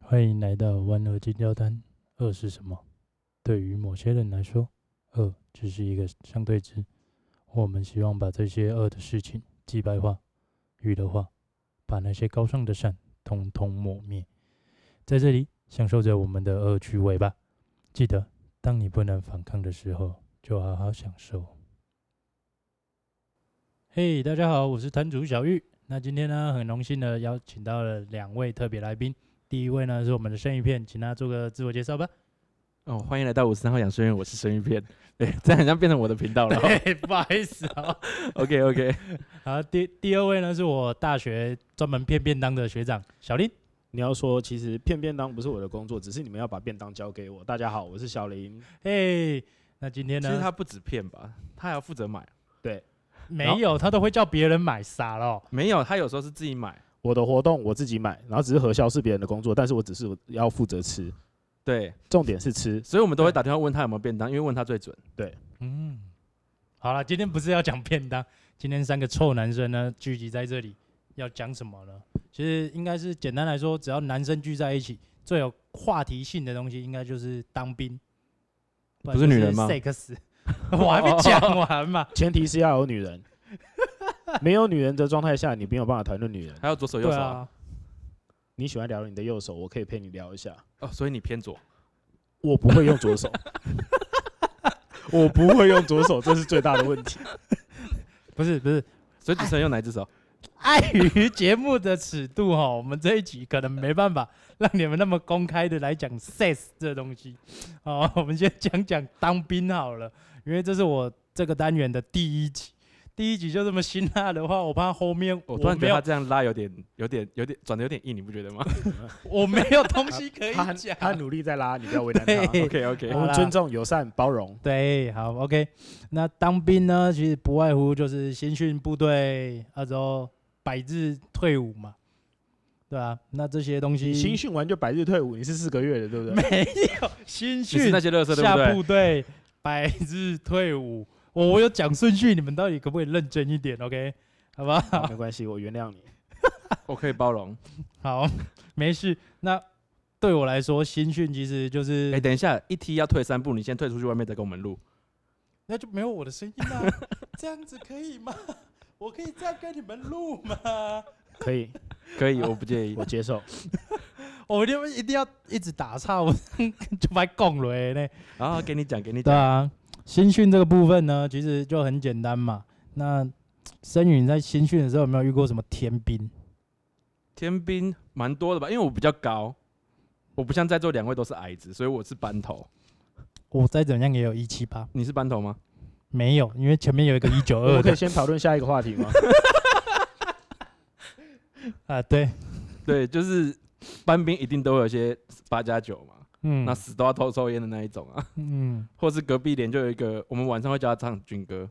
欢迎来到万恶金标单。恶是什么？对于某些人来说，恶只是一个相对值。我们希望把这些恶的事情既白化、娱乐化，把那些高尚的善通通抹灭。在这里，享受着我们的恶趣味吧。记得，当你不能反抗的时候，就好好享受。嘿、大家好，我是摊主小玉。那今天呢，很荣幸的邀请到了两位特别来宾。第一位呢是我们的生鱼片，请他做个自我介绍吧。哦，欢迎来到五十三号养生院，我是生鱼片。对，这样好像变成我的 频道了。哦对，哎不好意思啊、 OK OK，好，第第二位呢是我大学专门骗便当的学长小林。你要说，其实骗便当不是我的工作，只是你们要把便当交给我。大家好，我是小林。嘿，那今天其实呢他不止骗吧，他还要负责买。啊没有，他都会叫别人买，傻了哦。没有，他有时候是自己买。我的活动我自己买，然后只是核销是别人的工作，但是我只是要负责吃，对，重点是吃。所以我们都会对打电话问他有没有便当，因为问他最准。嗯，好了，今天不是要讲便当，今天三个臭男生呢聚集在这里，要讲什么呢？其实应该是简单来说，只要男生聚在一起，最有话题性的东西，应该就是当兵，然不就是女人吗？sex，我 还没讲完嘛。前提是要有女 人，没有女人的状态下，你没有办法谈论女人。还有左手右对手、啊，你喜欢聊你的右手，我可以陪你聊一下。啊哦，所以你偏左。我不会用左 手，我不会用左手，这是最大的问题。不是不是，所以只能用哪一只哎手？ 碍于节目的尺度哈，我们这一集可能没办法让你们那么公开的来讲 sex 这东西。哦， 我们先讲讲当兵好了，因为这是我这个单元的第一集。第一集就这么辛辣的话，我怕后面我我哦突然觉没得他有这样拉有点、有点、有点转的有点硬，你不觉 得吗我没有东西可以 他很讲。他很努力在拉，你不要为难 他。对？OK OK，我好们啦尊重、友善、包容。对，好，OK。那当兵呢，其实不外乎就是新训部队，啊，之后百日退伍嘛，对吧、那这些东西你新训完就百日退伍，你是四个月的，对不对？没有新你是训那些乐色对不下对？部队百日退伍。我我有讲顺序，你们到底可不可以认真一点？OK，好吧，好没关系，我原谅你。我可以包容。好，没事。那对我来说，新训其实就是、哎、等一下，一梯要退三步，你先退出去外面再跟我们录。那就没有我的声音啦、啊 这样子可以吗？我可以这样跟你们录吗？ 可以，可以，我不介意我。接 受。我一定一定要一直打岔，我就白拱了呢。然后给你讲，给你对讲。啊，新训这个部分呢，其实就很简单嘛。那申宇你在新训的时候有没有遇过什么天兵？天兵蛮多的吧，因为我比较高，我不像在座两位都是矮子，所以我是班头。我再怎样也有一七八，你是班 头吗？没有，因为前面有一 个一九我二们可的以先讨论下一个话题吗？ 啊，对，对，就是班兵一定都有一些八加九嘛，嗯那死都要偷抽烟的那一种啊， 嗯，或是隔壁连就有一个，我们晚上会叫他唱军歌，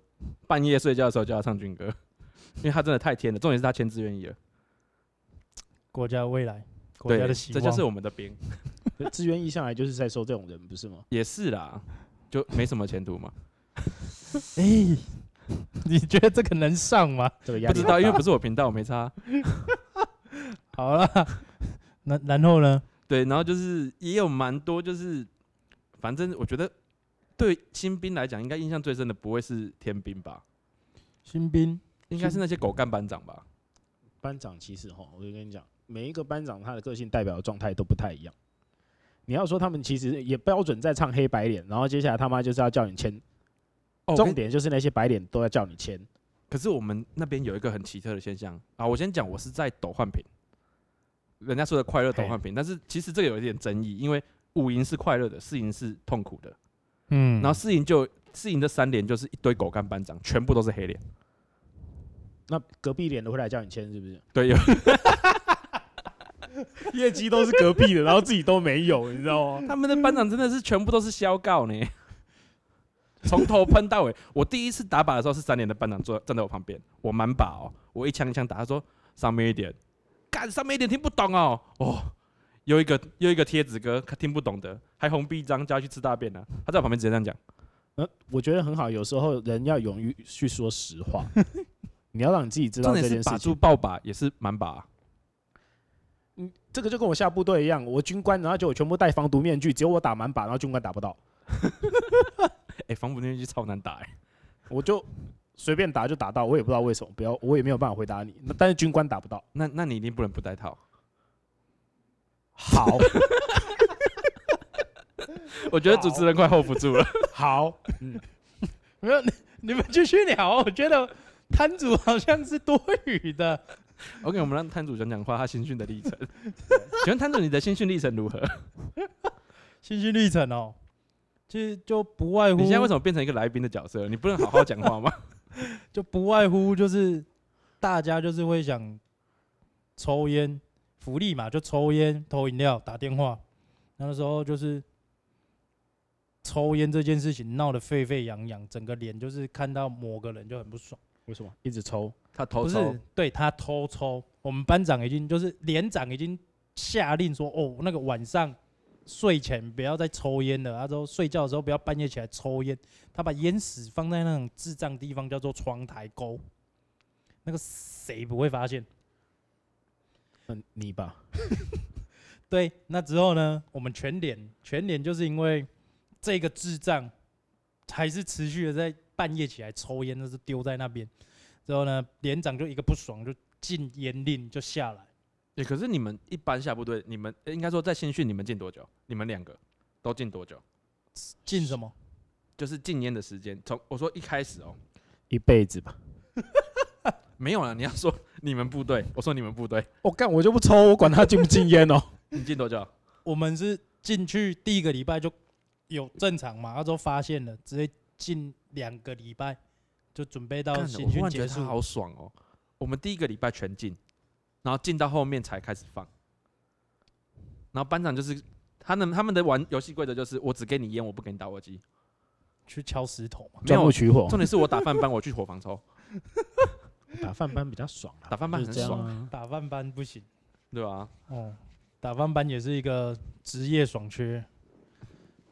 半夜睡觉的时候叫他唱军歌，因为他真的太天了。重点是他签志愿役了，国家未来，国对家的，希这望，就是我们的兵，志愿意向来就是在收这种人，不是吗？也是啦，就没什么前途嘛。哎、 你觉得这个能上吗？这个压不力知道，因为不是是我频道，我没差。好了，那然后呢？对，然后就是也有蛮多，就是反正我觉得对新兵来讲，应该印象最深的不会是天兵吧，新兵，应该是那些狗干班长吧。班长，其实哈，我就跟你讲，每一个班长他的个性代表的状态都不太一样。你要说他们其实也标准在唱黑白脸，然后接下来他妈就是要叫你签，哦，重点就是那些白脸都要叫你签。可是我们那边有一个很奇特的现象啊，我先讲，我是在抖换品，人家说的快乐抖换品，但是其实这个有一点争议，因为五营是快乐的，四营是痛苦的，嗯，然后四营就四营的三连就是一堆狗干班长，全部都是黑脸，那隔壁脸的会来叫你签，是不是？对，有 业绩都是隔壁的，然后自己都没有，你知道吗？ 他们的班长真的是全部都是消告呢， 从头喷到尾。我第一次打靶的时候是三连的班长坐站在我旁边，我满靶哦，我一枪一枪打，他说上面一点，干上面一点听不懂哦，哦，又一个又一个贴纸哥他听不懂的，还红臂章叫他去吃大便呢、他在我旁边直接这样讲，呃， 我觉得很好，有时候人要勇于去说实话， 你要让你自己知道重这点件是事把情住。爆靶也是满靶啊、嗯这个就跟我下部队一样，我军官，然后就我全部戴防毒面具，只有我打满靶，然后军官打不到，哎，防不进去超难打哎。我就随便打就打到，我也不知道为什么，不要，我也没有办法回答你。那但是军官打不到，那那你一定不能不戴套。 好我觉得主持人快 hold 不住了。好，嗯， 没有，你你们继续聊，我觉得摊主好像是多余的。 OK，我们让摊主讲讲话，他新训的历程。 请问摊主，你的新训历程如何？心绪历程哦，其实就不外乎 你现在为什么变成一个来宾的角色？你不能好好讲话吗？ 就不外乎就是大家就是会想抽烟，福利嘛，就抽烟、投饮料、打电话。那时候就是抽烟这件事情闹得沸沸扬扬，整个脸就是看到某个人就很不爽。为什么一直抽？ 他头不抽是，对他偷抽，我们班长已经就是连长已经下令说，哦，那个晚上睡前不要再抽烟了，他说睡觉的时候不要半夜起来抽烟，他把烟屎放在那种智障地方叫做窗台沟，那个谁不会发现？嗯，你吧，对，那之后呢，我们全脸全脸就是因为这个智障还是持续的在半夜起来抽烟，那是丢在那边。之后呢，连长就一个不爽，就禁烟令就下来。对，欸可是你们一般下部队，你们呃应该说在新训，你们进多久？你们两个都进多久？禁什么？就是禁烟的时间，从我说一开始哦，一辈子吧。没有了。啊你要说你们部队，我说你们部队，我、哦干，我就不抽，我管他禁不禁烟哦。你进多久？我们是进去第一个礼拜就有正常嘛，那时候发现了，直接进两个礼拜就准备到干我新忽训然觉结得他束。好爽哦。我们第一个礼拜全进，然后进到后面才开始放。然后班长就是他们他们的玩游戏规则就是我只给你烟，我不给你打火机。去敲石头嘛，没 钻有木，取火，重点是我打饭班，我去伙房抽，打饭班比较爽啦打饭班就很是这样爽，啊。打饭班不行对吧？哦，打饭班也是一个职业爽缺。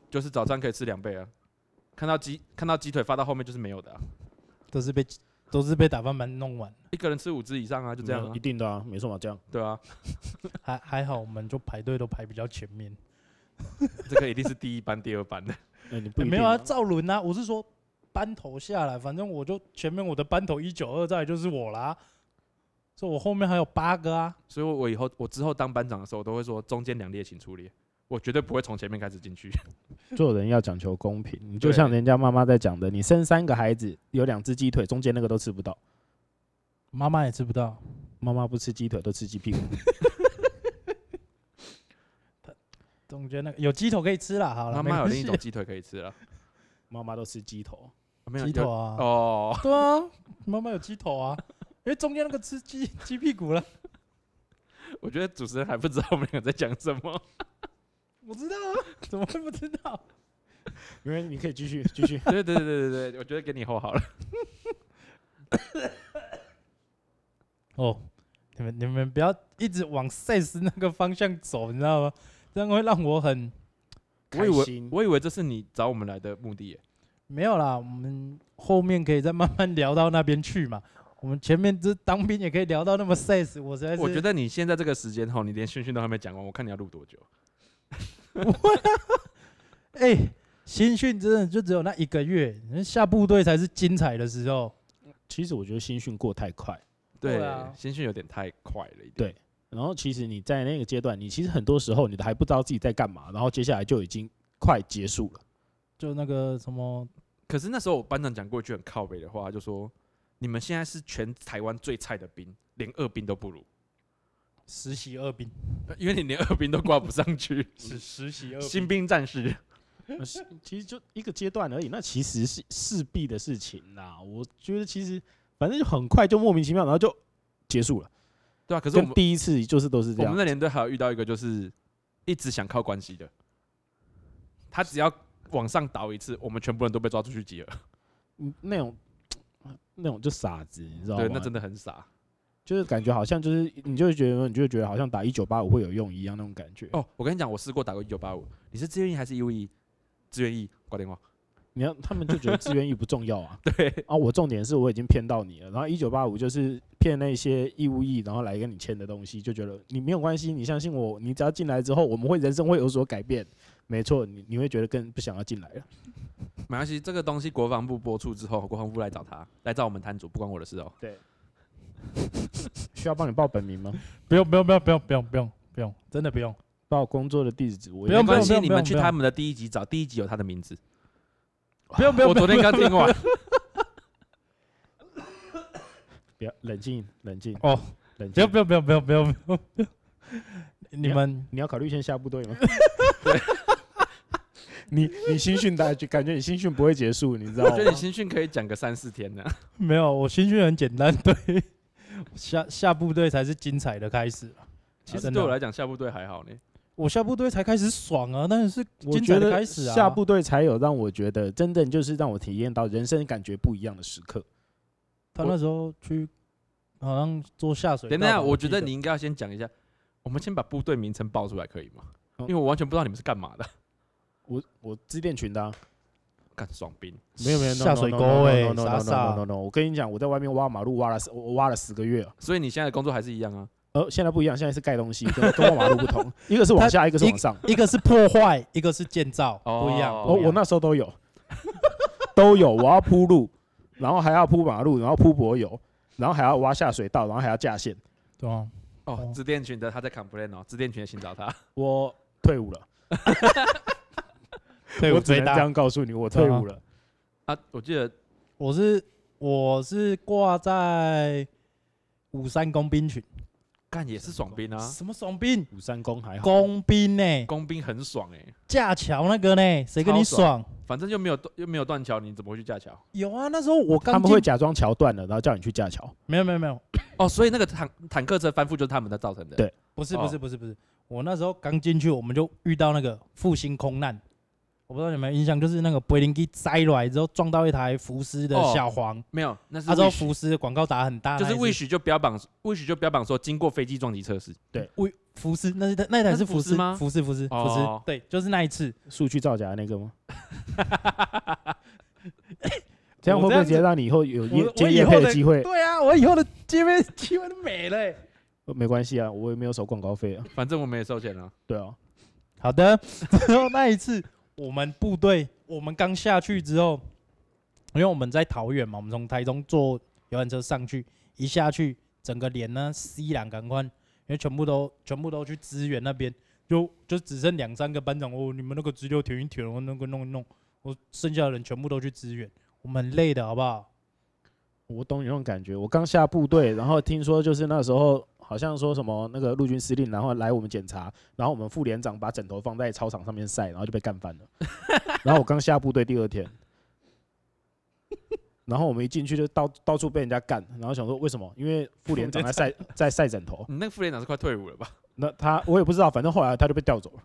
就是早餐可以吃两倍啊。看到鸡看到鸡腿发到后面就是没有的啊、都是被都是被打饭班弄完，一个人吃五只以上啊，就这样、没有啊一，定的啊，没错嘛，这样。对啊，还还好我们就排队都排比较前面，这个一定是第一班、第二班的。 那你不欸一定没有啊，啊，赵伦啊，我是说班头下来，反正我就前面我的班头一九二在就是我啦，所以我后面还有八个啊，所以我我以后我之后当班长的时候，我都会说中间两列请出列，我绝对不会从前面开始进去。 做人要讲求公平。你就像人家妈妈在讲的，你生三个孩子，有两只鸡腿，中间那个都吃不到。妈妈也吃不到，妈妈不吃鸡腿，都吃鸡屁股。中间那个有鸡头可以吃啦，好了，妈没妈有关另一系种鸡腿可以吃了，妈妈都吃鸡头，啊没有鸡有头啊，哦，对啊，妈妈有鸡头啊，因为中间那个吃鸡 鸡屁股了，我觉得主持人还不知道我们两个在讲什 么。。我知道啊，怎么会不知道？ 因为你可以继续继 续对对对对对对，我觉得给你后好了。哦，你们你们不要一直往 sex 那个方向走，你知道吗？这样会让我很我以开为心我以为这是你找我们来的目的耶，没有啦。我们后面可以再慢慢聊到那边去嘛。我们前面这当兵也可以聊到那么 sex，我实在是我觉得你现在这个时间吼，你连训训都还没讲完，我看你要录多久。哎、新训真的就只有那一个月，下部队才是精彩的时候。其实我觉得新训过太快，对对啊，新训有点太快了一点。对然后其实你在那个阶段，你其实很多时候你都还不知道自己在干嘛，然后接下来就已经快结束 了。就那个什么，可是那时候我班长讲过一句很靠北的话，就说你们现在是全台湾最菜的兵，连二兵都不如，实习二兵，，呃 因为你连二兵都挂不上去实实习二新兵战士。那是其实就一个阶段而已，那其实是势必的事情啦。我觉得其实反正就很快就莫名其妙，然后就结束了。 对啊，可是我跟们第一次就是都是这我们样，那连队还有遇到一个就是一直想靠关系的，他只要往上倒一次，我们全部人都被抓出去集合。嗯那种那种就傻子，你知道吗？对，那真的很傻。就是感觉好像就是你就会觉得你就会觉得好像打一九八五会有用一样那种感觉。哦哦，我跟你讲，我试过打过一九八五，你是自愿役还是义务役？自愿役，挂电话。。你要他们就觉得自愿意不重要啊对，啊，我重点是我已经骗到你了。然后一九八五就是骗那些义务役，然后来跟你签的东西，就觉得你没有关系，你相信我，你只要进来之后，我们会人生会有所改变。没错，你你会觉得更不想要进来了。没关系，这个东西国防部播出之后，国防部来找他，来找我们摊主，不关我的事哦、对，需要帮你报本名吗？不用不用不用不用不用不用不用，真的不用。报工作的地址，我不没用关不系，用不用你们去不用他们的第一集找，第一集有他的名 字。不用不用我不昨用天刚听完，不要冷静冷静 哦，冷不静用不。用不用不用不用不用。 你们你要考虑先下部队吗？你你新训大就感觉你新训不会结束，你知 道我吗觉？得你新训可以讲个三四天呢、没有，我心绪很简单，对， 下下部队才是精彩的开始。 其啊实真对的我来讲，下部队还好呢。我下部队才开始爽啊，当然是我精觉彩的得开始啊。下部队才有让我觉得真正就是让我体验到人生感觉不一样的时刻。他那时候去好像做下水道等吧。一下，我觉得记你应该要先讲一下，我们先把部队名称报出来可以吗？嗯因为我完全不知道你们是干嘛的，我我自恋群的、啊，干爽兵。没有没有下水沟哎欸 no no no 傻 no, no, 傻 no no no，我跟你讲，我在外面挖马路挖了十我我挖了十个月啊，所以你现在的工作还是一样啊？呃，现在不一样，现在是盖东西，跟跟挖马路不同，一个是往下，一个是往上，一个是破坏， 一个是建造，哦不一样。哦不我一样我那时候都有， 都有，我要铺路，然后还要铺马路，然后铺柏油，然后还要挖下水道，然后还要架线，对啊，哦哦，自电群的他在 complain 哦，自电群的请找他。我退伍了，对啊我我只最能这大。样告诉你，我退伍对了，啊，我记得我是我是挂在五山工兵群，干也是爽兵啊，什么爽兵？五三公还好，工兵呢、工兵很爽哎、架桥那个呢、谁跟你超爽？反正又没有断又没有断桥，你怎么会去架桥？有啊，那时候我刚他们进会假装桥断了，然后叫你去架桥。没有没有没有，哦，所以那个坦坦克车翻覆就是他们的造成的。对不是哦不是不是不是，我那时候刚进去，我们就遇到那个复兴空难，我不知道你们有没有印象，就是那个柏林机摘下来之后撞到一台福斯的哦小黄，没有，那是那时候 Wish 福斯的广告打很大，就是那一只 wish 就标榜 wish 就标榜说经过飞机撞击测试，威福斯，那是那一台那是是福福斯斯吗福斯福斯福哦斯，对，就是那一次。数据造假的那 个吗？这样会不会直接让你以后有业我接我以业后配的的机会？对啊，我以后的见面机会都没了欸、呃没关系啊，我也没有收广告费啊。反正我们也收钱了。对啊，好的， 之后那一次我们部队，我们刚下去之后，因为我们在桃园嘛，我们从台中坐游览车上去，一下去整个连呢西两赶快，因为全部都全部都去支援那边，就就只剩两三个班长哦，你们那个直流停一停，然后那个弄一弄，我剩下的人全部都去支援，我们很累的好不好？我懂你那种感觉。我刚下部队，然后听说就是那时候好像说什么那个陆军司令，然后来我们检查，然后我们副连长把枕头放在操场上面晒，然后就被干翻了。然后我刚下部队第二天，然后我们一进去就到到处被人家干，然后想说为什么？因为副连长在晒在晒枕头，你那个副连长是快退伍了吧？那他我也不知道，反正后来他就被调走了。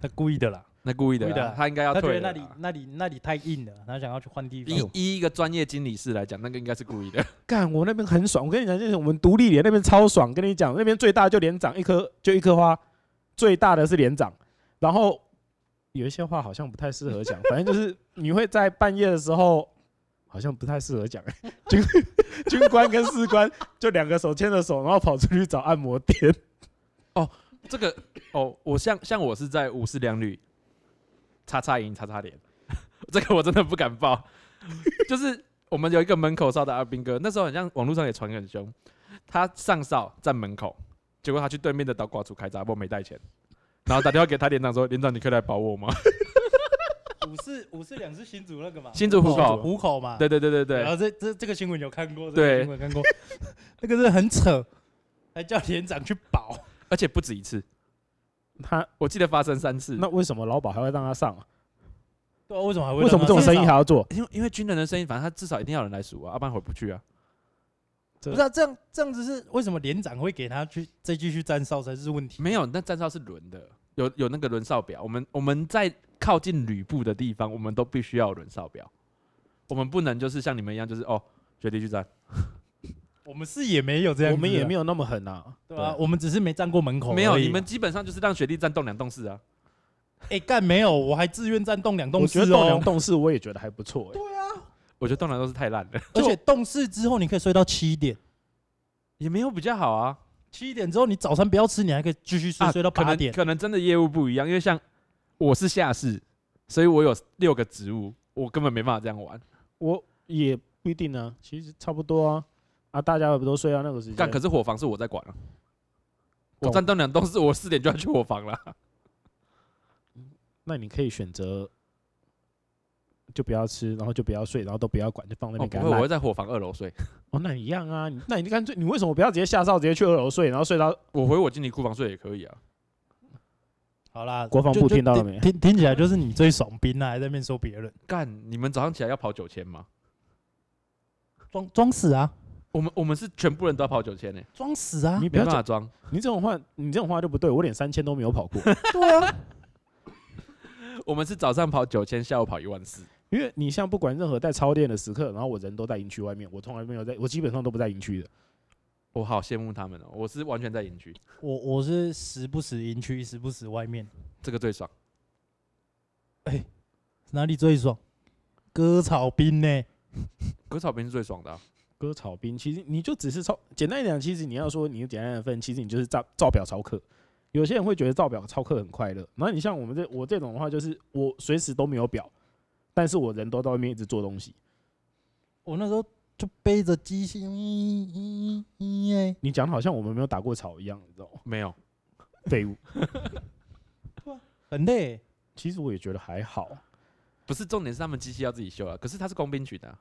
他故意的啦，那故意的故意的啦，啊他应该要他觉退得了那里哎啦。那里那里太硬了，他想要去换地方以。以一个专业经理室来讲，那个应该是故意的。干，我那边很爽。我跟你讲，就是我们独立连那边超爽。跟你讲，那边最大就连长一颗，就一颗花，最大的是连长。然后有一些话好像不太适合讲，反正就是你会在半夜的时候，好像不太适合讲、 欸。军军官跟士官就两个手牵着手，然后跑出去找按摩店。这个哦，我像像我是在五四两旅，叉叉营叉叉连，这个我真的不敢报。就是我们有一个门口哨的阿兵哥，那时候好像网络上也传得很凶，他上哨站门口，结果他去对面的导挂处开闸，我没带钱，然后打电话给他连长说：“连长，你可以来保我吗五四五四两是新竹那个嘛？新竹虎口虎口？”嘛，对对对对然对，后这这这个新闻有看过，这对个新闻看过， 那个是很扯，还叫连长去保，而且不止一次，他我记得发生三次。那为什么老鸨还会让他上啊、对啊，为什么还会为什么这种生意还要做？因为因为军人的声音，反正他至少一定要有人来数啊，要不然回不去啊。不是啊，这样这样子是为什么连长会给他去再继续站哨才是问题？没有，那站哨是轮的，有有那个轮哨表。我们我们在靠近吕布的地方，我们都必须要有轮哨表。我们不能就是像你们一样，就是哦，学弟去站。我们是也没有这样子啊，我们也没有有那么狠啊。对啊，我们只是没站过门口而已啊，没有，你们基本上就是让学弟站动两动四啊。哎，干没有，我还自愿站动两我动觉四得栋梁哦，栋室我也觉得还不错、欸，我觉得动南都是太烂了，而且动四之后你可以睡到七点， 也没有比较好啊。七点之后你早餐不要吃，你还可以继续睡，啊睡到可八能点。可能真的业务不一样，因为像我是下士，所以我有六个职务，我根本没办法这样玩。我也不一定啊，其实差不多啊，啊，大家也不都睡到那个时干，间可，是伙房是我在管啊，我懂站到两栋是我四点就要去伙房了。那你可以选择就不要吃，然后就不要睡，然后都不要管，就放那哦，边给不他会，我烂。会在伙房二楼 睡，哦，那你一样啊，你那你干脆你为什么不要直接下哨，直接去二楼睡，然后睡到我回我经理库房睡也可以啊。好啦，国防部就就听到了听没听听起来就是你最爽兵啊，还在那边说别人干，你们早上起来要跑九千吗？装装死啊，我们我们是全部人都要跑九千呢，装死啊你，不没要办讲法 装。你这种话，你这种话就不对，我连三千都没有跑过，对啊，我们是早上跑九千，下午跑一万四。因为你像不管任何在操练的时刻，然后我人都在营区外面，我从来没有在，我基本上都不在营区的。我好羡慕他们哦，我是完全在营区，我我是时不时营区，时不时外面，这个最爽。哪里最爽？割草兵呢、割草兵是最爽的啊、割草兵，其实你就只是抄，简单一点，其实你要说你有简单的分，其实你就是照照表抄课。有些人会觉得照表抄课很快乐，然后你像我们这我这种的话，就是我随时都没有表，但是我人都在外面一直做东西。我那时候就背着机芯，咦咦咦哎，你讲得好像我们没有打过草一样，你知 道吗？没有，废物。很累欸、其实我也觉得还好，不是重点是他们机器要自己修啊，可是他是工兵群的啊、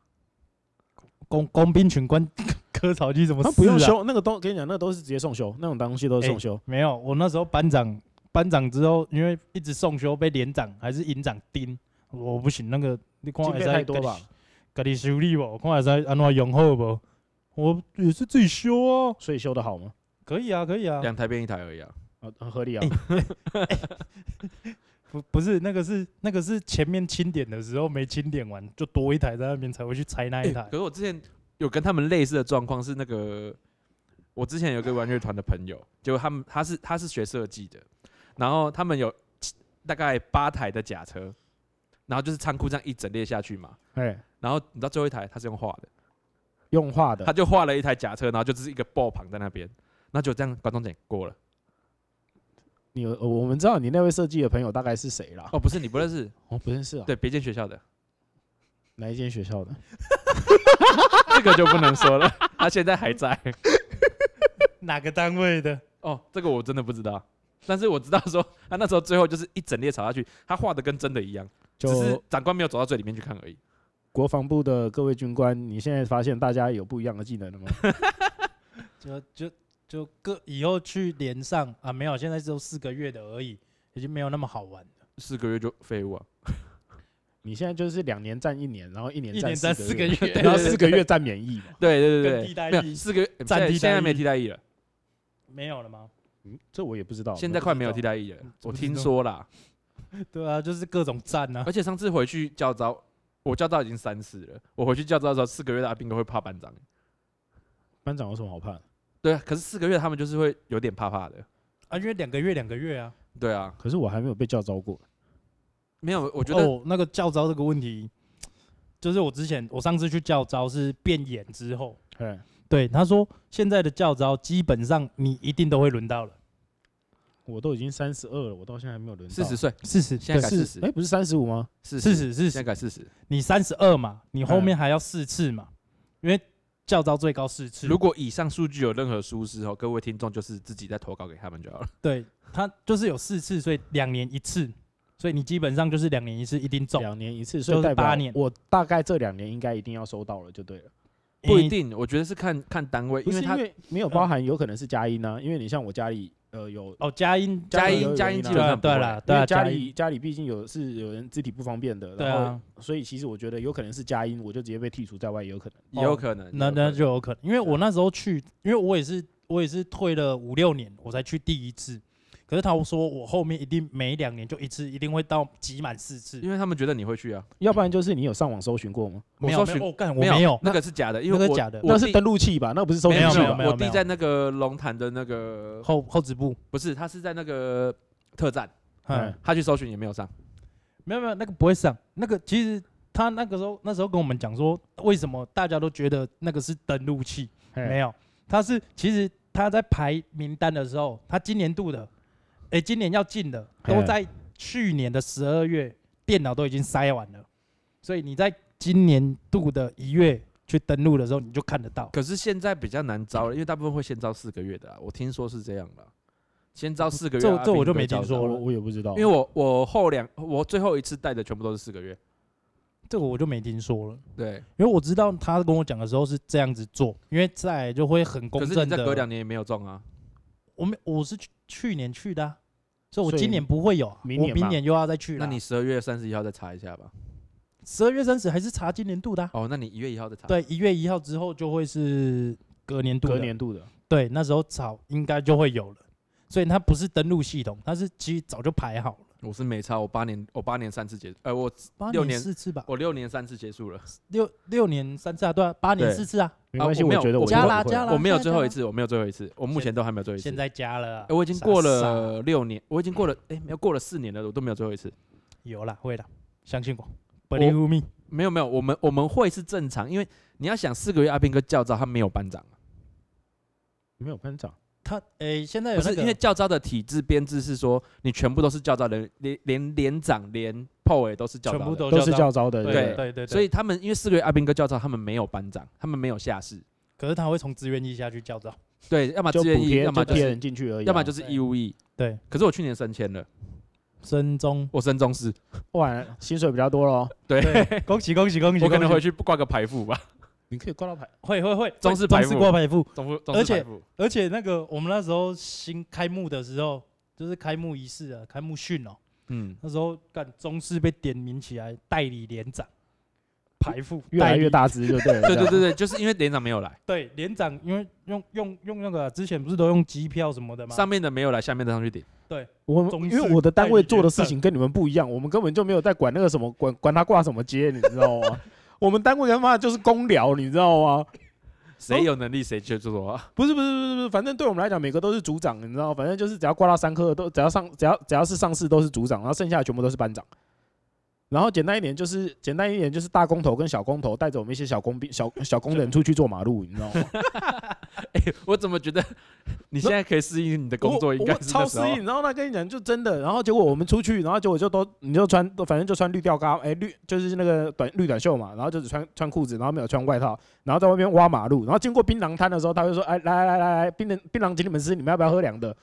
工工兵群关 割草机怎么、那啊？不用，修，那个都跟你讲，那个都是直接送修，那种东西都是送修。没有。我那时候班长，班长之后因为一直送修，被连长还是营长盯，我不行，那个你看经还费是太多吧？家己修理无，看会使安怎用好无。我也是自己修啊，所以修的好吗？可以啊，可以啊。两台变一台而已啊。啊，很合理啊。不不是那个是那个是前面清点的时候没清点完，就多一台在那边才会去拆那一台哎可。是我之前有跟他们类似的状况是那个，我之前有个玩乐团的朋友，就他们他是他是学设计的，然后他们有七大概八台的假车，然后就是仓库这样一整列下去嘛，哎，然后你知道最后一台他是用画的，用画的他，就画了一台假车，然后就是一个爆棚在那边，那就这样观众点过了。你有呃我们知道你那位设计的朋友大概是谁啦？哦，不是你不认识，我不认识啊，对，别间学校的哪一间学校的？这个就不能说了，他现在还在。哪个单位的？哦，这个我真的不知道，但是我知道说他那时候最后就是一整列吵下去，他画的跟真的一样。只是就长官没有走到最里面去看而已。国防部的各位军官，你现在发现大家有不一样的技能了吗？就就就各以后去连上啊，没有，现在只有四个月的而已，已经没有那么好玩了。四个月就废 物啊！你现在就是两年战一年，然后一年一年战战四四个个月，月，对然后对四个月战免疫嘛？对对跟对替对，代没有役四个月，现战在替代现在没役替代役了，没有了吗？嗯，这我也不知道。现在快没有替代役了嗯，哦我不知听道说啦。对啊，就是各种战啊 而。且上次回去教招，我教招已经三次了，我回去教招的时候，四个月的阿兵哥会怕班长。班长有什么好怕的？对啊，可是四个月他们就是会有点怕怕的。啊，因为两个月两个月啊。对啊，可是我还没有被叫招过。没有，我觉得哦，那个教招这个问题，就是我之前我上次去教招是变演之后，哎，对他说现在的教招基本上你一定都会轮到了，我都已经三十二了，我到现在还没有轮到。四十岁，四十现在改四是十，哎，不是三十五吗？四四十，十四现在十，改四十。你三十二嘛，你后嗯面还要四次嘛，因为教招最高四次。如果以上数据有任何疏失哦，各位听众就是自己再投稿给他们就好了。对他就是有四次，所以两年一次，所以你基本上就是两年一次一定中，两年一次，所以就是代表八年我大概这两年应该一定要收到了，就对了。不一诶定，我觉得是看看单位，不因是为因他为没有包含，有可能是佳音呢、因为你像我家里呃有，哦，加音加音音有加原因音基啊对本啊上不对会啦对因为啊家加里音家里毕竟有是有人肢体不方便的，对然后啊，所以其实我觉得有可能是佳音，我就直接被剔除在外，也有可能。也有可能。哦那也有可那能就有可能，因为我啊那时候去，因为我也是我也是退了五六年，我才去第一次。可是他说我后面一定每两年就一次，一定会到集满四次。因为他们觉得你会去啊。要不然就是你有上网搜寻过吗？没有我没搜寻有，我干、我没没有，那个是假的，因为那个我假的我那弟是登录器吧？那不是搜没寻有器没没有有吧？没没有，有我弟在那个龙潭的那个后后直部，不是，他是在那个特站，嗯，他去搜寻也没有上，没有没有，那个不会上，那个其实他那个时候那时候跟我们讲说，为什么大家都觉得那个是登录器，哎没有，有，他是其实他在排名单的时候，他今年度的，哎、今年要进的哎都嘿在去年的十二月，电脑都已经塞完了，所以你在今年度的一月去登录的时候，你就看得到。可是现在比较难招了，因为大部分会先招四个月的啊，我听说是这样的，先招四个月这啊，这我就并不会没听招说到我了我也不知道，因为我我后两我最后一次带的全部都是四个月，这个我就没听说了，对，因为我知道他跟我讲的时候是这样子做，因为再来就会很公可是正你再的。隔两年也没有中啊，我没我是去去年去的、啊，所以我所以今年不会有啊，明年我明嘛年又要再去了那啊。你十二月三十一号再查一下吧。十二月三十还是查今年度的啊、哦，那你一月一号再查。，对，一月一号之后就会是隔年度的隔年啊度的，对，那时候早应该就会有了，所以它不是登录系统，它是其实早就排好了，我是没差，我八年我八年三次结，呃，我八六年年四次吧，我六年三次结束了，六六年三次啊，对啊，八年对四次啊，没关系，我没有觉得我我加应啦该不会加啦，我没有现在最后加一啦，次，我没有最后一次，我目前都还没有最后一次。现在加了啊，呃我已经傻过傻嗯了六年，我已经过了，哎，没有过了四年了，我都没有最后一次。有啦，会啦，相信我，Believe me，没有没有，我们我们会是正常，因为你要想四个月阿兵哥教招，他没有班长，啊没有班长，他诶现在有不是那因为个教招的体制编制是说你全部都是教招人，连连连长连炮尾都是教全招部的，都都是叫到，教招的，对对对对，所以他们因为四个月阿兵哥教招，他们没有班长，他们没有下士，可是他会从自愿意下去叫到，对，要么就自愿补役，贴要么就就贴是人进去而已啊，要么就是对义务役。对，可是我去年升迁了，升中，我升中师，哇，薪水比较多咯。对， 对，恭喜恭喜恭喜， 我可恭能喜回去挂个排副吧，你可以挂到牌，会会会，中式中排式布挂排布，中副中而师且排副，而且那个我们那时候新开幕的时候，就是开幕仪式啊，开幕训哦，嗯，那时候干中式被点名起来代理连长，排副越来代理越大只就对了。啊对对这对样，对，就是因为连长没有来，对连长，因为用用用那个啊、之前不是都用机票什么啊的吗？上面的没有来，下面的上去顶，我中们式因为我的单位做的事代理情跟你们不一样，我们根本就没有在管那个什么管管他挂什么街，你知道吗？ 我们单位他妈的就是公聊，你知道吗？谁有能力谁就做啊，不是不是不是不是，反正对我们来讲，每个都是组长，你知道吗，反正就是只要挂到三科的都，只要上只要只要是上市都是组长，然后剩下的全部都是班长。然后简单一点就是简单一点就是大工头跟小工头带着我们一些小工兵小小工人出去做马路，你知道吗？ 我怎么觉得 你现在可以适应你的工作，我应该我是超那时失候忆，然后他跟你讲就真的，然后结果我们出去，然后结果就都你就穿，反正就穿绿吊嘎，哎、绿就是那个短绿短袖嘛，然后就只穿穿裤子，然后没有穿外套，然后在外面挖马路，然后经过槟榔摊的时候，他就说，哎、来来来来，槟榔槟榔请你们吃，你们要不要喝凉的？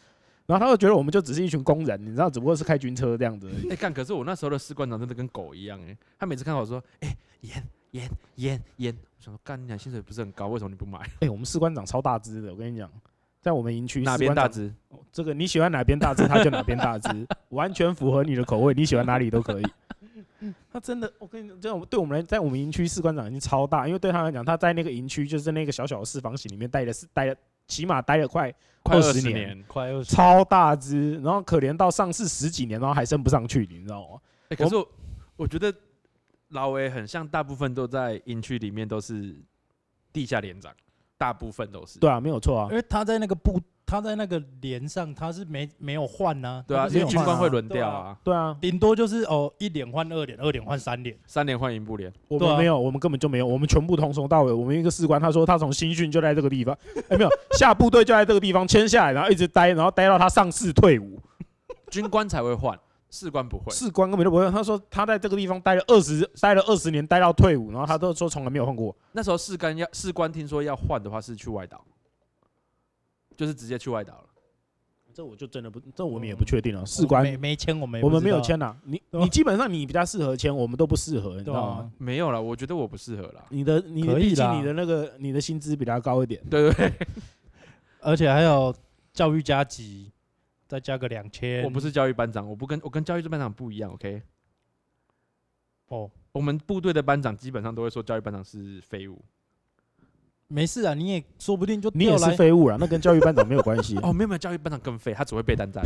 然后他就觉得我们就只是一群工人，你知道，只不过是开军车这样子而 已。哎、干！可是我那时候的士官长真的跟狗一样哎、他每次看到我说：“哎、盐盐盐盐。”我想说，干，你俩薪水不是很高，为什么你不买？哎、我们士官长超大只的，我跟你讲，在我们营区哪士边官大长只？这个你喜欢哪边大只，他就哪边大 只，完全符合你的口味，你喜欢哪里都 可以。他真的，我跟你讲，这种对我们来，在我们营区士官长已经超大，因为对他来讲，他在那个营区就是那个小小的四方形里面待了四待了，起码待了快快二二十十年年。快二十，超大只，然后可怜到上市十几年，然后还升不上去，你知道吗？哎、可是我我觉得老维很像，大部分都在营区里面都是地下连长，大部分都是。对啊，没有错啊因，为他在那个部，他在那个连上，他是没没有换呐、哦对啊，他就是因为有军换官啊会轮掉，对啊，对啊，顶多就是哦一连换二连，二连换三连，三连换营部连。我对啊们没有，我们根本就没有，我们全部从头到尾，我们一个士官，他说他从新训就在这个地方，哎，没有，下部队就在这个地方签下来，然后一直待，然后待到他上市退伍。军官才会换，士官不会。士官根本就不会。他说他在这个地方待了二十，待了二十年，待到退伍，然后他都说从来没有换过。那时候士官要士官听说要换的话是去外岛，就是直接去外岛了。这我就真的不，这我们嗯也不确定啊。士没官没签我们也我不们知没有道啊，签呐，你对啊你基本上你比较适合签，我们都不适合，你知对道啊吗？，没有啦，我觉得我不适合啦。你的你的可以毕啦竟你的那个你的薪资比他高一点，对对对，而且还有教育加级，再加个两 千，我不是教育班长，我不跟我跟教育班长不一样，OK？哦，我们部队的班长基本上都会说教育班长是废物。没事啊，你也说不定就你也调是来废物啦，啊那跟教育班长没有关系。啊哦，没有没有，教育班长更废，他只会背单 战。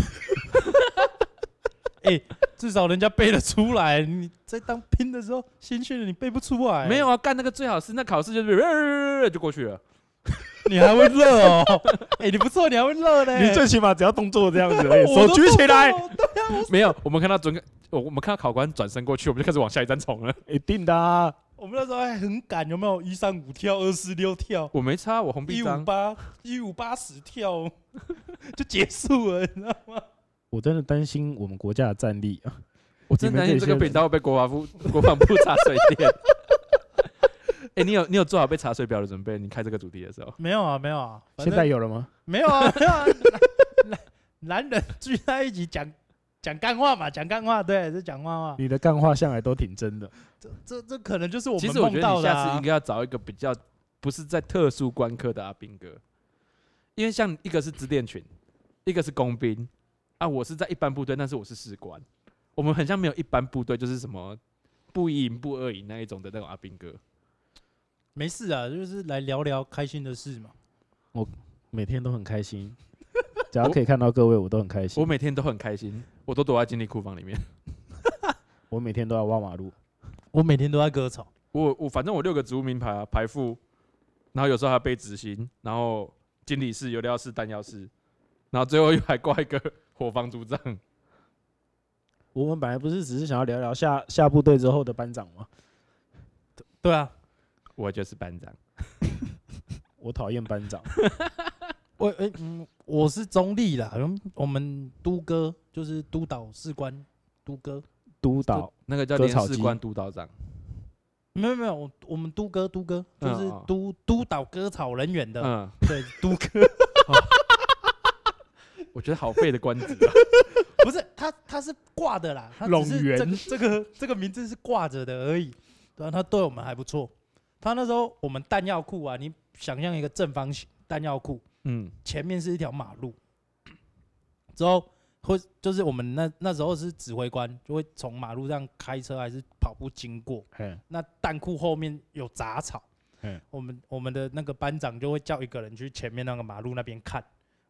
至少人家背得出来。你在当兵的时候，新训了你背不出来。 没有，啊，干那个最好是那考试就是就过去了。你还会热哦？ 哎、你不错，你还会热嘞。你最起码只要动作这样子而已，我手都举动起来到，了对啊，我没有，我们看到准，我我们看到考官转身过去，我们就开始往下一站冲了。一定的啊。我们那时候还很赶，有没有？一三五跳，二四六跳，我没差，我红一臂五章，八一五八十跳， 就结束了，你知道吗？我真的担心我们国家的战力啊！我真担心这个你们这些人扁担会被国防部 国防部查水电。 哎、你有你有做好被查水表的准备？你开这个主题的时候，没有啊，没有啊，反现正在有了吗？没有啊， 没有啊，男男人聚在一起讲讲干话嘛，讲干话，对，就讲话嘛。你的干话向来都挺真的，这这这可能就是我其们实我梦觉得到你的、下次啊应。该要找一个比较不是在特殊关科的阿兵哥，因为像一个是支电群，一个是工兵啊，我是在一般部队，但是我是士官，我们很像没有一般部队，就是什么不一营、不二营那一种的那种阿兵哥。没事啊，就是来聊聊开心的事嘛。每天都很开心。只要可以看到各位，我都很开我心。我每天都很开心，我都躲在经理库房里面。我每天都要挖马路，我每天都在割草，我我反正我六个职务名牌啊，排副，然后有时候还被执行，然后经理室、油料室、弹药室，然后最后又还挂一个 伙房组长。我们本来不是只是想要聊聊下下部队之后的班长吗？对啊，我就是班长，我讨厌班长，我诶、嗯，我是中立啦，我们我们都哥就是督导士官，都哥督导那个叫割连草士机官督导长。没有没有，我我们都哥都哥就嗯是哦督、督导割草人员的，嗯，对，都哥我觉得好废的官职、啊。 不是他他是挂的啦，他只拢是员这个这个这个名字是挂着的而已，对啊，他对我们还不错，他那时候我们弹药库啊，你想象一个正方形弹药库，嗯，前面是一条马路，之后会就是我们那那时候是指挥官，就会从马路上开车还是跑步经过。嘿，那弹库后面有杂草嗯，我们我们的那个班长就会叫一个人去前面那个马路那边看，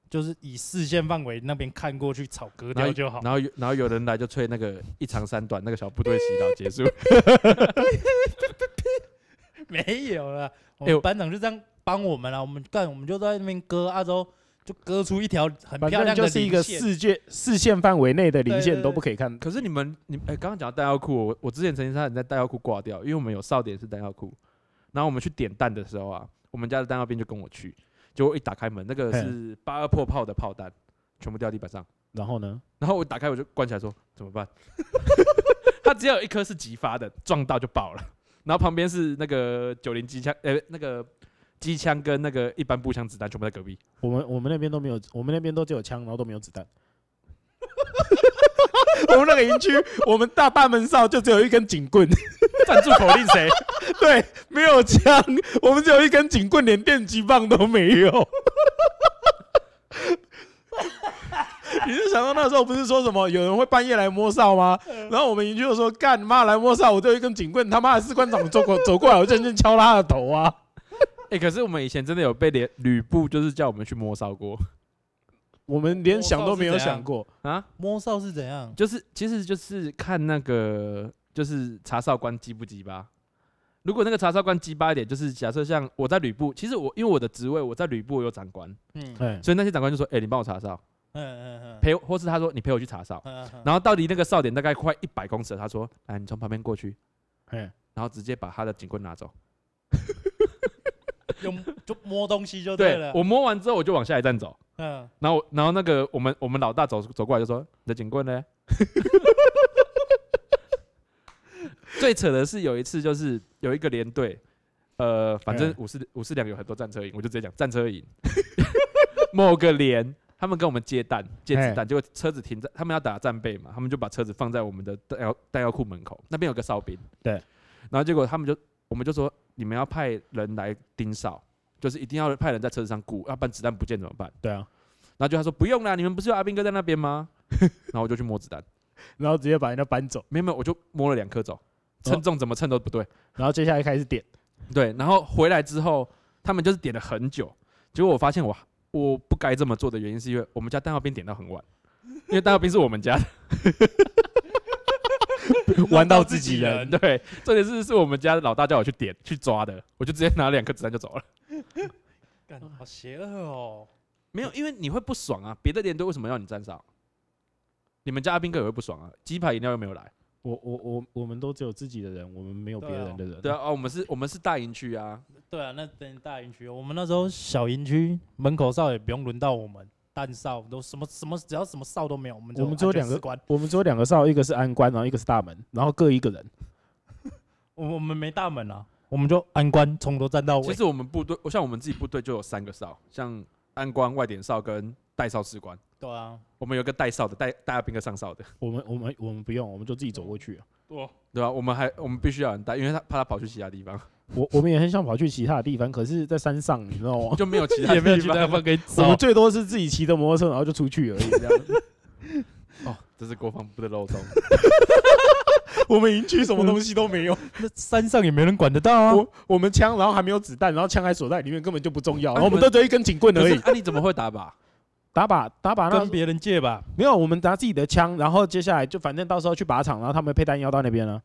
就是以视线范围那边看过去，草割然掉后就好。然后有然后有人来就吹那个一长三短，那个小部队洗脑结 束。 没有了，我哎们我班长就这样帮我们了。我们干，我们就在那边割，啊之后就割出一条很反漂正亮的就是一零个线视界视线范围内的对零对线对都不可以看。可是你们，你哎，刚刚讲到弹药库，我我之前曾经差点在弹药库挂掉，因为我们有哨点是弹药库，然后我们去点弹的时候啊，我们家的弹药兵就跟我去，结果一打开门，那个嘿是八二破炮的炮弹，全部掉地板上，然后呢，然后我打开我就关起来说怎么办？它只有一颗是急发的，撞到就爆了，然后旁边是那个九零机枪，呃，那个机枪跟那个一般步枪子弹全部在隔壁，我们我们那边都没有，我们那边都只有枪，然后都没有子弹。 我们那个营区，我们大大门哨就只有一根警棍，赞助口令谁？对，没有枪，我们只有一根警棍，连电击棒都没有。你是想到那时候不是说什么有人会半夜来摸哨吗？然后我们营区就说干妈来摸哨，我就一根警棍，他妈的士官长走过走过来，我就先敲他的头啊！哎、可是我们以前真的有被连吕布就是叫我们去摸烧锅我们连想都没有想过，啊。摸哨是怎样？就是其实就是看那个就是查哨官鸡不鸡巴。如果那个查哨官鸡巴一点，就是假设像我在旅部，其实我因为我的职位我在旅部有长官，嗯嗯哎，所以那些长官就说：“哎、你帮我查哨，嗯嗯陪我，或是他说你陪我去查哨。”嗯嗯，然后到离那个哨点大概快一百公尺了，他说：“来，你从旁边过去，哎，然后直接把他的警棍拿走。用就摸东西就对”哦了。我摸完之后我就往下一站走，嗯，然后我然后那个我们我们老大走走过来就说：“你的警棍呢？” 最扯的是有一次，就是有一个连队，呃，反正嗯五四五四两有很多战车营，我就直接讲战车营。 某个连他们跟我们接弹接子弹，结果车子停在他们要打战备嘛，他们就把车子放在我们的弹药弹药库门口，那边有个哨兵。对，然后结果他们就我们就说你们要派人来盯哨，就是一定要派人在车子上顾，要不然子弹不见怎么办？对啊，然后就他说不用啦，你们不是有阿兵哥在那边吗？ 然后我就去摸子弹，然后直接把人家搬走，没有没有，我就摸了两颗走，称重怎么称都不对，然后接下来开始点，对，然后回来之后，他们就是点了很久，结果我发现我我不该这么做的原因是因为我们家蛋药兵点到很晚，因为蛋药兵是我们家 的，玩到自己人。对，重点是是我们家老大叫我去点去抓的，我就直接拿了两颗子弹就走了，干，好邪恶哦！没有，因为你会不爽啊！别的连队为什么要你站哨？你们家阿兵哥也会不爽啊！鸡排饮料又没有来，我我我我们都只有自己的人，我们没有别人的人。对啊，哦，我们是，我们是大营区啊，对啊，那等大营区，我们那时候小营区门口哨也不用轮到我们，弹哨都什么什么，只要什么哨都没啊有，我们就我们只有安全两个士官，我们只有两个哨，一个是安官，然后一个是大门，然后各一个人。我我们没大门啊，我们就安官从头站到其尾。实我们部队，像我们自己部队就有三个哨，像安官、外点哨跟带哨士官。 对 啊，我们有一个带哨的，带带阿兵哥上哨的，我们我们我们不用，我们就自己走过去。啊对啊吧、我们还我们必须要有人带，因为他怕他跑去其他地方，我我们也很想跑去其他的地方，可是，在山上，你知道 吗？就哦没有其 他地方。方给我们最多是自己骑着摩托车，然后就出去而已。这样，哦，这是国防部的漏洞。我们营区什么东西都没有，那山上也没人管得到啊。我我们枪，然后还没有子弹，然后枪还锁在里面，根本就不重要。啊然后我们都只有一根警棍 可而是已，啊，你怎么会打靶？打靶打靶那跟别人借吧，没有，我们拿自己的枪，然后接下来就反正到时候去靶场，然后他们配弹药到那边了，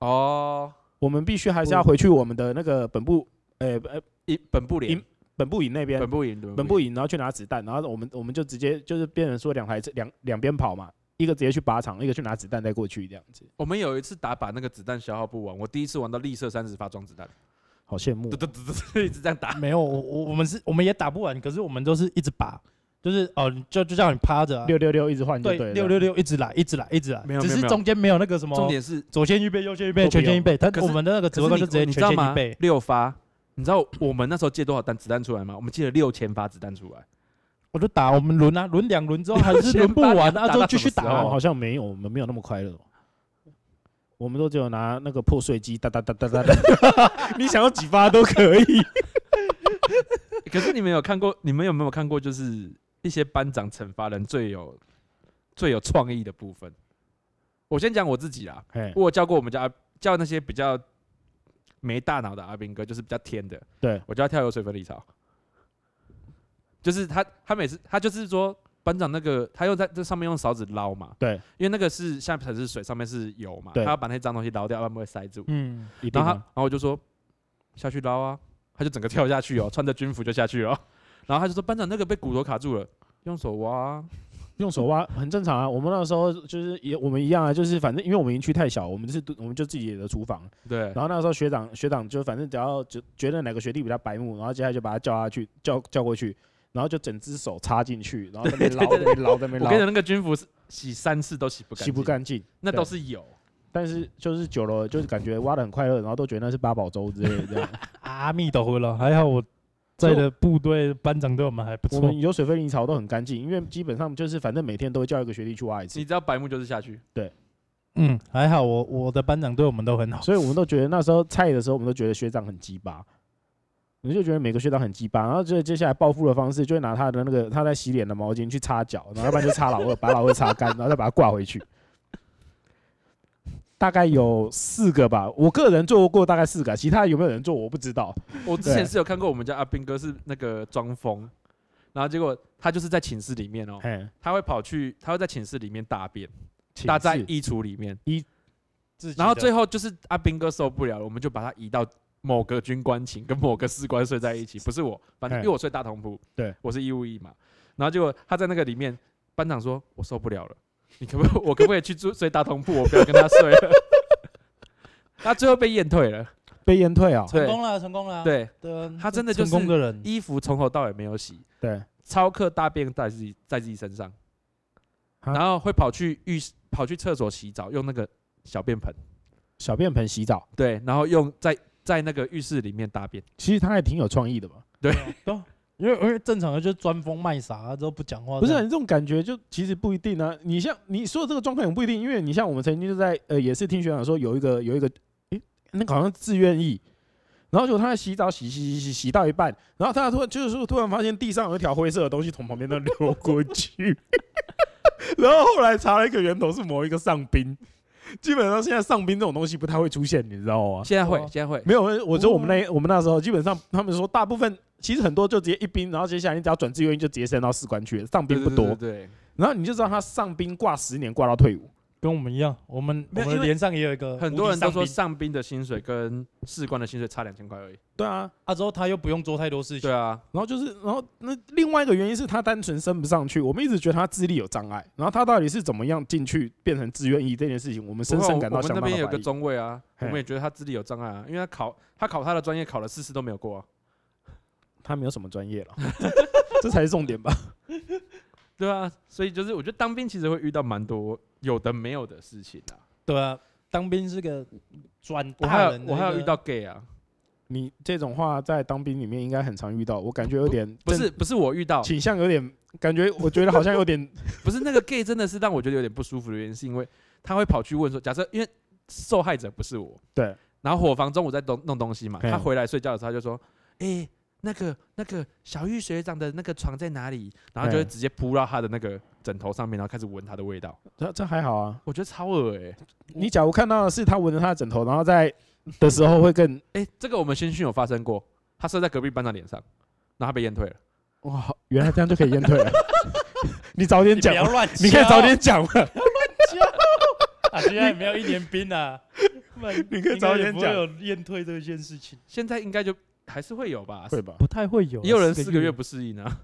哦，我们必须还是要回去我们的那个本部，呃呃营本部连营本部营那边本，部营本部营，然后去拿子弹，然后我们我们就直接就是变成说两台车两两边跑嘛，一个直接去靶场，一个去拿子弹再过去这样子，我们有一次打靶，那个子弹消耗不完，我第一次玩到绿色三十发装子弹， 好羡慕嘟。嘟嘟嘟嘟，一直这样打。 没有，我我我们是我们也打不完，可是我们都是一直拔，就是哦，你就就叫你趴着啊、六六六一直换就对对了，六六六一直来，一直来，一直来没有，只没有是没有中间没有那个什么重点是，左线预备、右线预备、都不全线预用备，他可是我们的那个指可挥官是你哦就直接你知全道线吗预备？，六发，你知道我们那时候借多少弹子弹出来吗？我们借了六千发子弹出来，我就打我们轮啊，轮两轮之后 还是轮不完啊，打就到继续什么打时候啊。哦，好像没有，我们没有那么快乐哦。我们都只有拿那个破碎机哒哒哒哒哒哒， 你想要几发都可以。 可是你们有看过？你们有没有看过？就是一些班长惩罚人最有最有创意的部分。我先讲我自己啦，嘿， 我有教过我们家教那些比较没大脑的阿兵哥，就是比较天的，对，我教他跳油水分离槽，就是他他每次他就是说班长那个他又在这上面用勺子捞嘛，对，因为那个是下层是水，上面是油嘛，他对要把那些脏东西捞掉，要不然会塞住。嗯，一定然后他，啊然后我就说下去捞啊，他就整个跳下去 哦，穿着军服就下去哦。然后他就说班长那个被骨头卡住了，用手挖啊、用手挖很正常啊。我们那时候就是也我们一样啊，就是反正因为我们营区太小，我们是我们就自己的厨房。对然后那时候学长学长就反正只要就觉得哪个学弟比较白目，然后接下来就把他叫下去叫叫过去，然后就整只手插进去，然后在那边捞在那边捞在那我边跟你讲，捞，那个军服是洗三次都洗不干净，洗不干净。那都对是油。但是就是久了，就是感觉挖的很快乐，然后都觉得那是八宝粥之类的 这样。阿弥陀佛了，还好我在的部队班长对我们还不我错们。有水分离槽都很干净，因为基本上就是反正每天都会叫一个学弟去挖一次你，知道白目就是下去，嗯，还好我我的班长对我们都很好。所以我们都觉得那时候菜的时候，我们都觉得学长很鸡巴，我们就觉得每个学长很鸡巴，然后就接下来报复的方式就会拿他的那个他在洗脸的毛巾去擦脚，然后要不然就擦老二，把老二擦干，然后再把它挂回去。大概有四个吧，我个人做过大概四个，啊其他有没有人做我不知道。我之前对是有看过我们家阿兵哥是那个装疯，然后结果他就是在寝室里面哦，嘿，他会跑去，他会在寝室里面大便，寝搭在室衣橱里面，自己的然后最后就是阿兵哥受不了了，我们就把他移到某个军官寝跟某个士官睡在一起，不是我，反正嘿因为我睡大同铺，对，我是义务役嘛，然后结果他在那个里面，班长说我受不了了，你可不可以我可不可以去住睡大同铺，我不要跟他睡了， 他最后被验退了，被验退啊、成功了，成功了。对对，啊他真的就是成功的人。衣服从头到尾没有洗，对，超客大便在自己在自己身上，啊然后会跑去浴室跑去厕所洗澡，用那个小便盆，小便盆洗澡，对，然后用在在那个浴室里面大便，其实他还挺有创意的吧？对，啊因为因为正常的就是钻风卖傻啊，都不讲话。不是这啊，样你这种感觉就其实不一定啊。你像你说的这个状况也不一定，因为你像我们曾经就在呃，也是听学长说有一个有一个，诶、那个好像自愿意，然后就他在洗澡洗洗洗洗洗到一半，然后他突然就是说突然发现地上有一条灰色的东西从旁边那流过去， 然后后来查了一个源头是某一个上宾，基本上现在上宾这种东西不太会出现，你知道吗？现在会哇现在会，没有，我觉得我们哦那我们那时候基本上他们说大部分其实很多就直接一兵，然后接下来你只要转志愿役就直接升到士官去了，上兵不多。对，然后你就知道他上兵挂十年挂到退伍，跟我们一样，我们我没有们因为连上也有一呃个很无多敌人都上说宾上兵的薪水跟士官的薪水差两千块而已。对啊，啊，之后他又不用做太多事情对，啊，然后就是，然后那另外一个原因是他单纯升不上去，我们一直觉得他智力有障碍，然后他到底是怎么样进去变成志愿役这件事情，我们深不过深我感到我们相那当的边有怀个疑。中尉啊，我嘿们也觉得他智力有障碍啊，因为他考他考他的专业考了四次都没有过啊。他没有什么专业了， 这才是重点吧？对啊，所以就是我觉得当兵其实会遇到蛮多有的没有的事情啊。对啊，当兵是个转我还大有人的一个，我还有遇到 gay 啊，你这种话在当兵里面应该很常遇到，我感觉有点不是不是我遇到正，倾向，有点感觉，我觉得好像有点 不是那个 gay 真的是让我觉得有点不舒服的原因，是因为他会跑去问说，假设因为受害者不是我，对，然后伙房中午在弄弄东西嘛，嗯他回来睡觉的时候他就说，诶，那个那个小玉学长的那个床在哪里？然后就会嗯直接扑到他的那个枕头上面，然后开始闻他的味道，这这还好啊。我觉得超恶欸诶。你假如看到的是他闻着他的枕头，然后在的时候会更诶，这个我们新训有发生过，他射在隔壁班长脸上，然后他被验退了。哇，原来这样就可以验退了。 你早点你不讲要，乱讲，你可以早点讲嘛。啊，现在没有一年兵啊，不然你可应以该早也点不会讲有验退这件事情，现在应该就还是会有吧，会吧？不太会有也有人四个月不适应啊。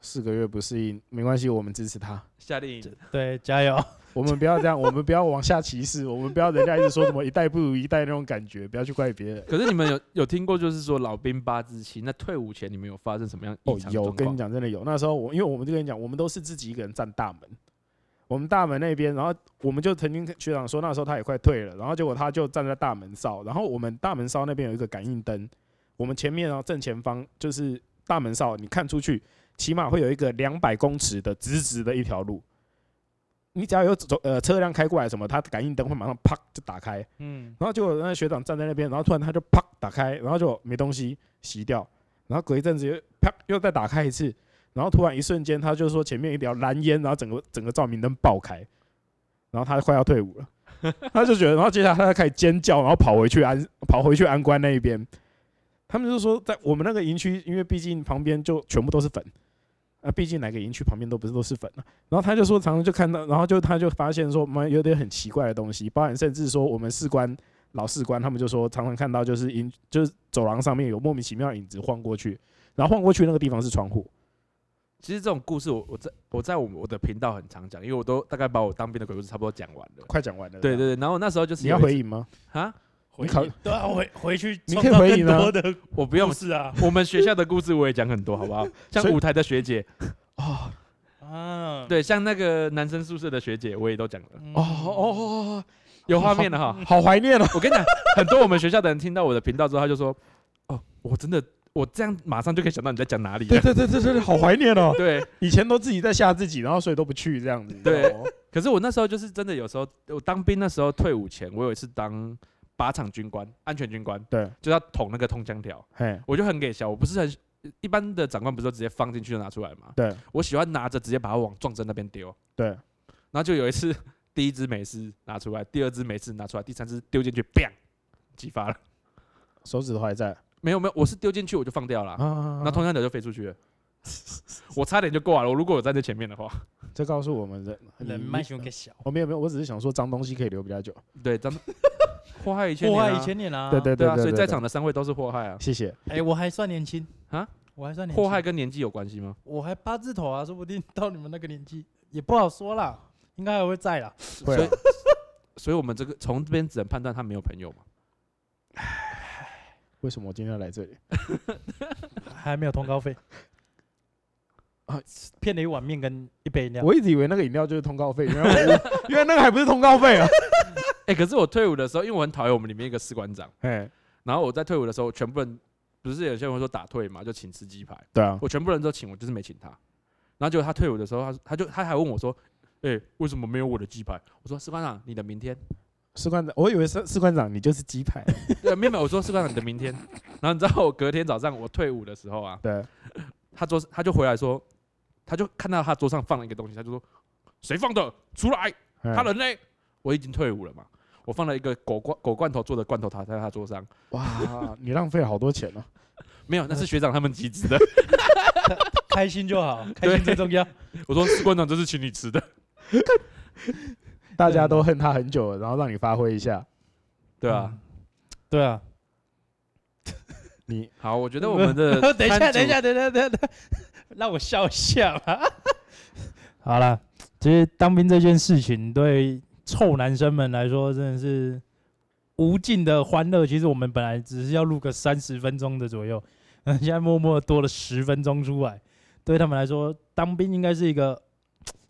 四个月不适应没关系，我们支持他。夏令营，对，加油，我们不要这样，我们不要往下歧视，我们不要人家一直说什么一代不如一代那种感觉，不要去怪别人。可是你们有有听过，就是说老兵八支旗，那退伍前你们有发生什么样异哦常，有状跟你况？讲，真的有。那时候我，因为我们就跟你讲，我们都是自己一个人站大门，我们大门那边，然后我们就曾经学长说，那时候他也快退了，然后结果他就站在大门哨，然后我们大门哨那边有一个感应灯，我们前面然后正前方就是大门哨，你看出去起码会有一个两百公尺的直直的一条路，你只要有走呃车辆开过来什么，它感应灯会马上啪就打开，嗯，然后结果那学长站在那边，然后突然他就啪打开，然后就没东西洗掉，然后隔一阵子又啪又再打开一次，然后突然一瞬间他就说前面一条蓝烟，然后整个整个照明灯爆开，然后他快要退伍了，他就觉得，然后接下来他就开始尖叫，然后跑回去安跑回去安官那一边，他们就说在我们那个营区，因为毕竟旁边就全部都是粉。啊，毕竟哪个营区旁边都不是都是粉啊。然后他就说，常常就看到，然后就他就发现说，妈有点很奇怪的东西，包含甚至说我们士官老士官他们就说，常常看到就是影，就是走廊上面有莫名其妙的影子晃过去，然后晃过去那个地方是窗户。其实这种故事我，我在我在我我的频道很常讲，因为我都大概把我当兵的鬼故事差不多讲完了。快讲完了，对，对对，然后那时候就是啊你要有一回次应吗？啊，回你考去对啊，回回去你创可以造回更应啊多的我不用 故，事啊，我们学校的故事我也讲很多，好不好？像所以舞台的学姐，啊，对，像那个男生宿舍的学姐，我也都 讲了，嗯哦哦哦有画面了哈。哦，好怀念哦。我跟你讲，很多我们学校的人听到我的频道之后，他就说：“哦，我真的，我这样马上就可以想到你在讲哪里 对了。。对对对对，对好怀念 哦对，以前都自己在吓自己，然后所以都不去这样子。对你知道吗，可是我那时候就是真的，有时候我当兵那时候退伍前，我有一次当靶场军官、安全军官，对，就要捅那个通枪条，嘿，我就很给小，我不是很一般的长官不是都直接放进去就拿出来嘛，对我喜欢拿着直接把它往撞针那边丢，对，然后就有一次第一只美式拿出来，第二只美式拿出来，第三只丢进去，bang，激发了， 手指头还在没有没有，我是丢进去我就放掉了，啊哦那通枪条就飞出去了。我差点就挂了。我如果我站在前面的话，这告诉我们人人你脉胸给小，我没有没有，我只是想说脏东西可以留比较久。 对，咱们 祸害一千祸年啊、害一千年啊，对对对啊，所以在对场的三位都是祸害啊。谢谢。哎，我还算年轻啊，我还算年轻祸害，跟年纪有关系吗？我还八字头啊，说不定到你们那个年纪也不好说啦，应该还会在啦，会所啊以， 所以我们这个从这边只能判断他没有朋友嘛。为什么我今天要来这里？还没有通告费啊，骗了一碗面跟一杯饮料，我一直以为那个饮料就是通告费，原来我 原来那个还不是通告费 啊。哎、可是我退伍的时候，因为我很讨厌我们里面一个士官长，哎，然后我在退伍的时候，全部人不是有些人会说打退嘛，就请吃鸡排，对啊，我全部人都请，我就是没请他。然后结果他退伍的时候，他说他就他还问我说：“哎、为什么没有我的鸡排？”我说：“士官长，你的明天。士官长，我以为士士官长你就是 鸡排，”对，呃没有没有，我说士官长，你的明天。 然后你知道我隔天早上我退伍的时候啊，对，他桌他就回来说，他就看到他桌上放了一个东西，他就说：“谁放的？出来！”嗯他的人呢？我已经退伍了嘛，我放了一个狗罐狗罐头做的罐头塔在他桌上，哇，你浪费好多 钱哦。没有，那是学长他们集 资的。开心就好，开心最重要。我说士官长，这是请你吃的。大家都恨他很久了，然后让你发挥一下。 对啊。嗯对啊，你好，我觉得我们 的等一下，摊主等一，下，等一下，等一下， 让我笑一下嘛。 好了，其实当兵这件事情对臭男生们来说真的是无尽的欢乐。其实我们本来只是要录个三十分钟的左右， 嗯，现在默默地多了十分钟出来。对他们来说，当兵应该是一个，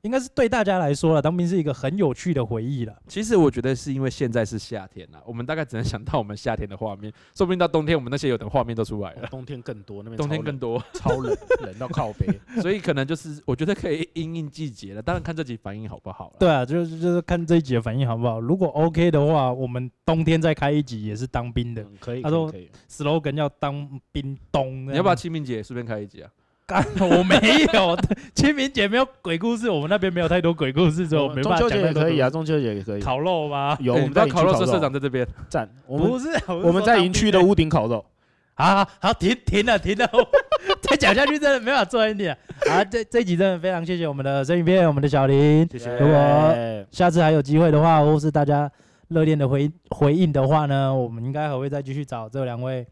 应该是对大家来说了，当兵是一个很有趣的回忆了。其实我觉得是因为现在是夏天啦，我们大概只能想到我们夏天的画面，说不定到冬天我们那些有的画面都出来哦了，冬天更多，那边冬天更多， 超冷，冷到靠北。所以可能就是我觉得可以因应季节了，当然看这集反应好不好了。对啊，就是就是看这一集的反应好不好。如果 OK 的话，我们冬天再开一集也是当兵的 嗯可以，他可说以，可以。 slogan 要当兵冬。你要 不要清明节顺便开一集啊？干？我没有， 清明节没有鬼故事，我们那边没有太多鬼故事，所以我没中办秋法讲节也太多可鬼以啊，中秋节也可以。烤哎肉吗？有，欸我你们知道带烤肉肉社社长在这边，赞，我不们是，我们在营区的我是说当兵屋顶烤肉。啊，好停停了停了， 我再讲下去真的没法做一点啊。这这一集真的非常谢谢我们的生鱼片，我们的小林。谢耶谢如。哎果下次还有机会的话，或是大家热恋的回回应的话呢，我们应该还会再继续找这两位，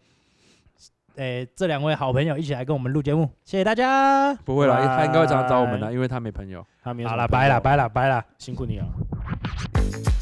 诶、这两位好朋友一起来跟我们录节目，谢谢大家。不会啦，拜他应该会常常找我们的，因为他没朋友。他没有好什了，么拜朋了，友，拜了，拜了。辛苦你了。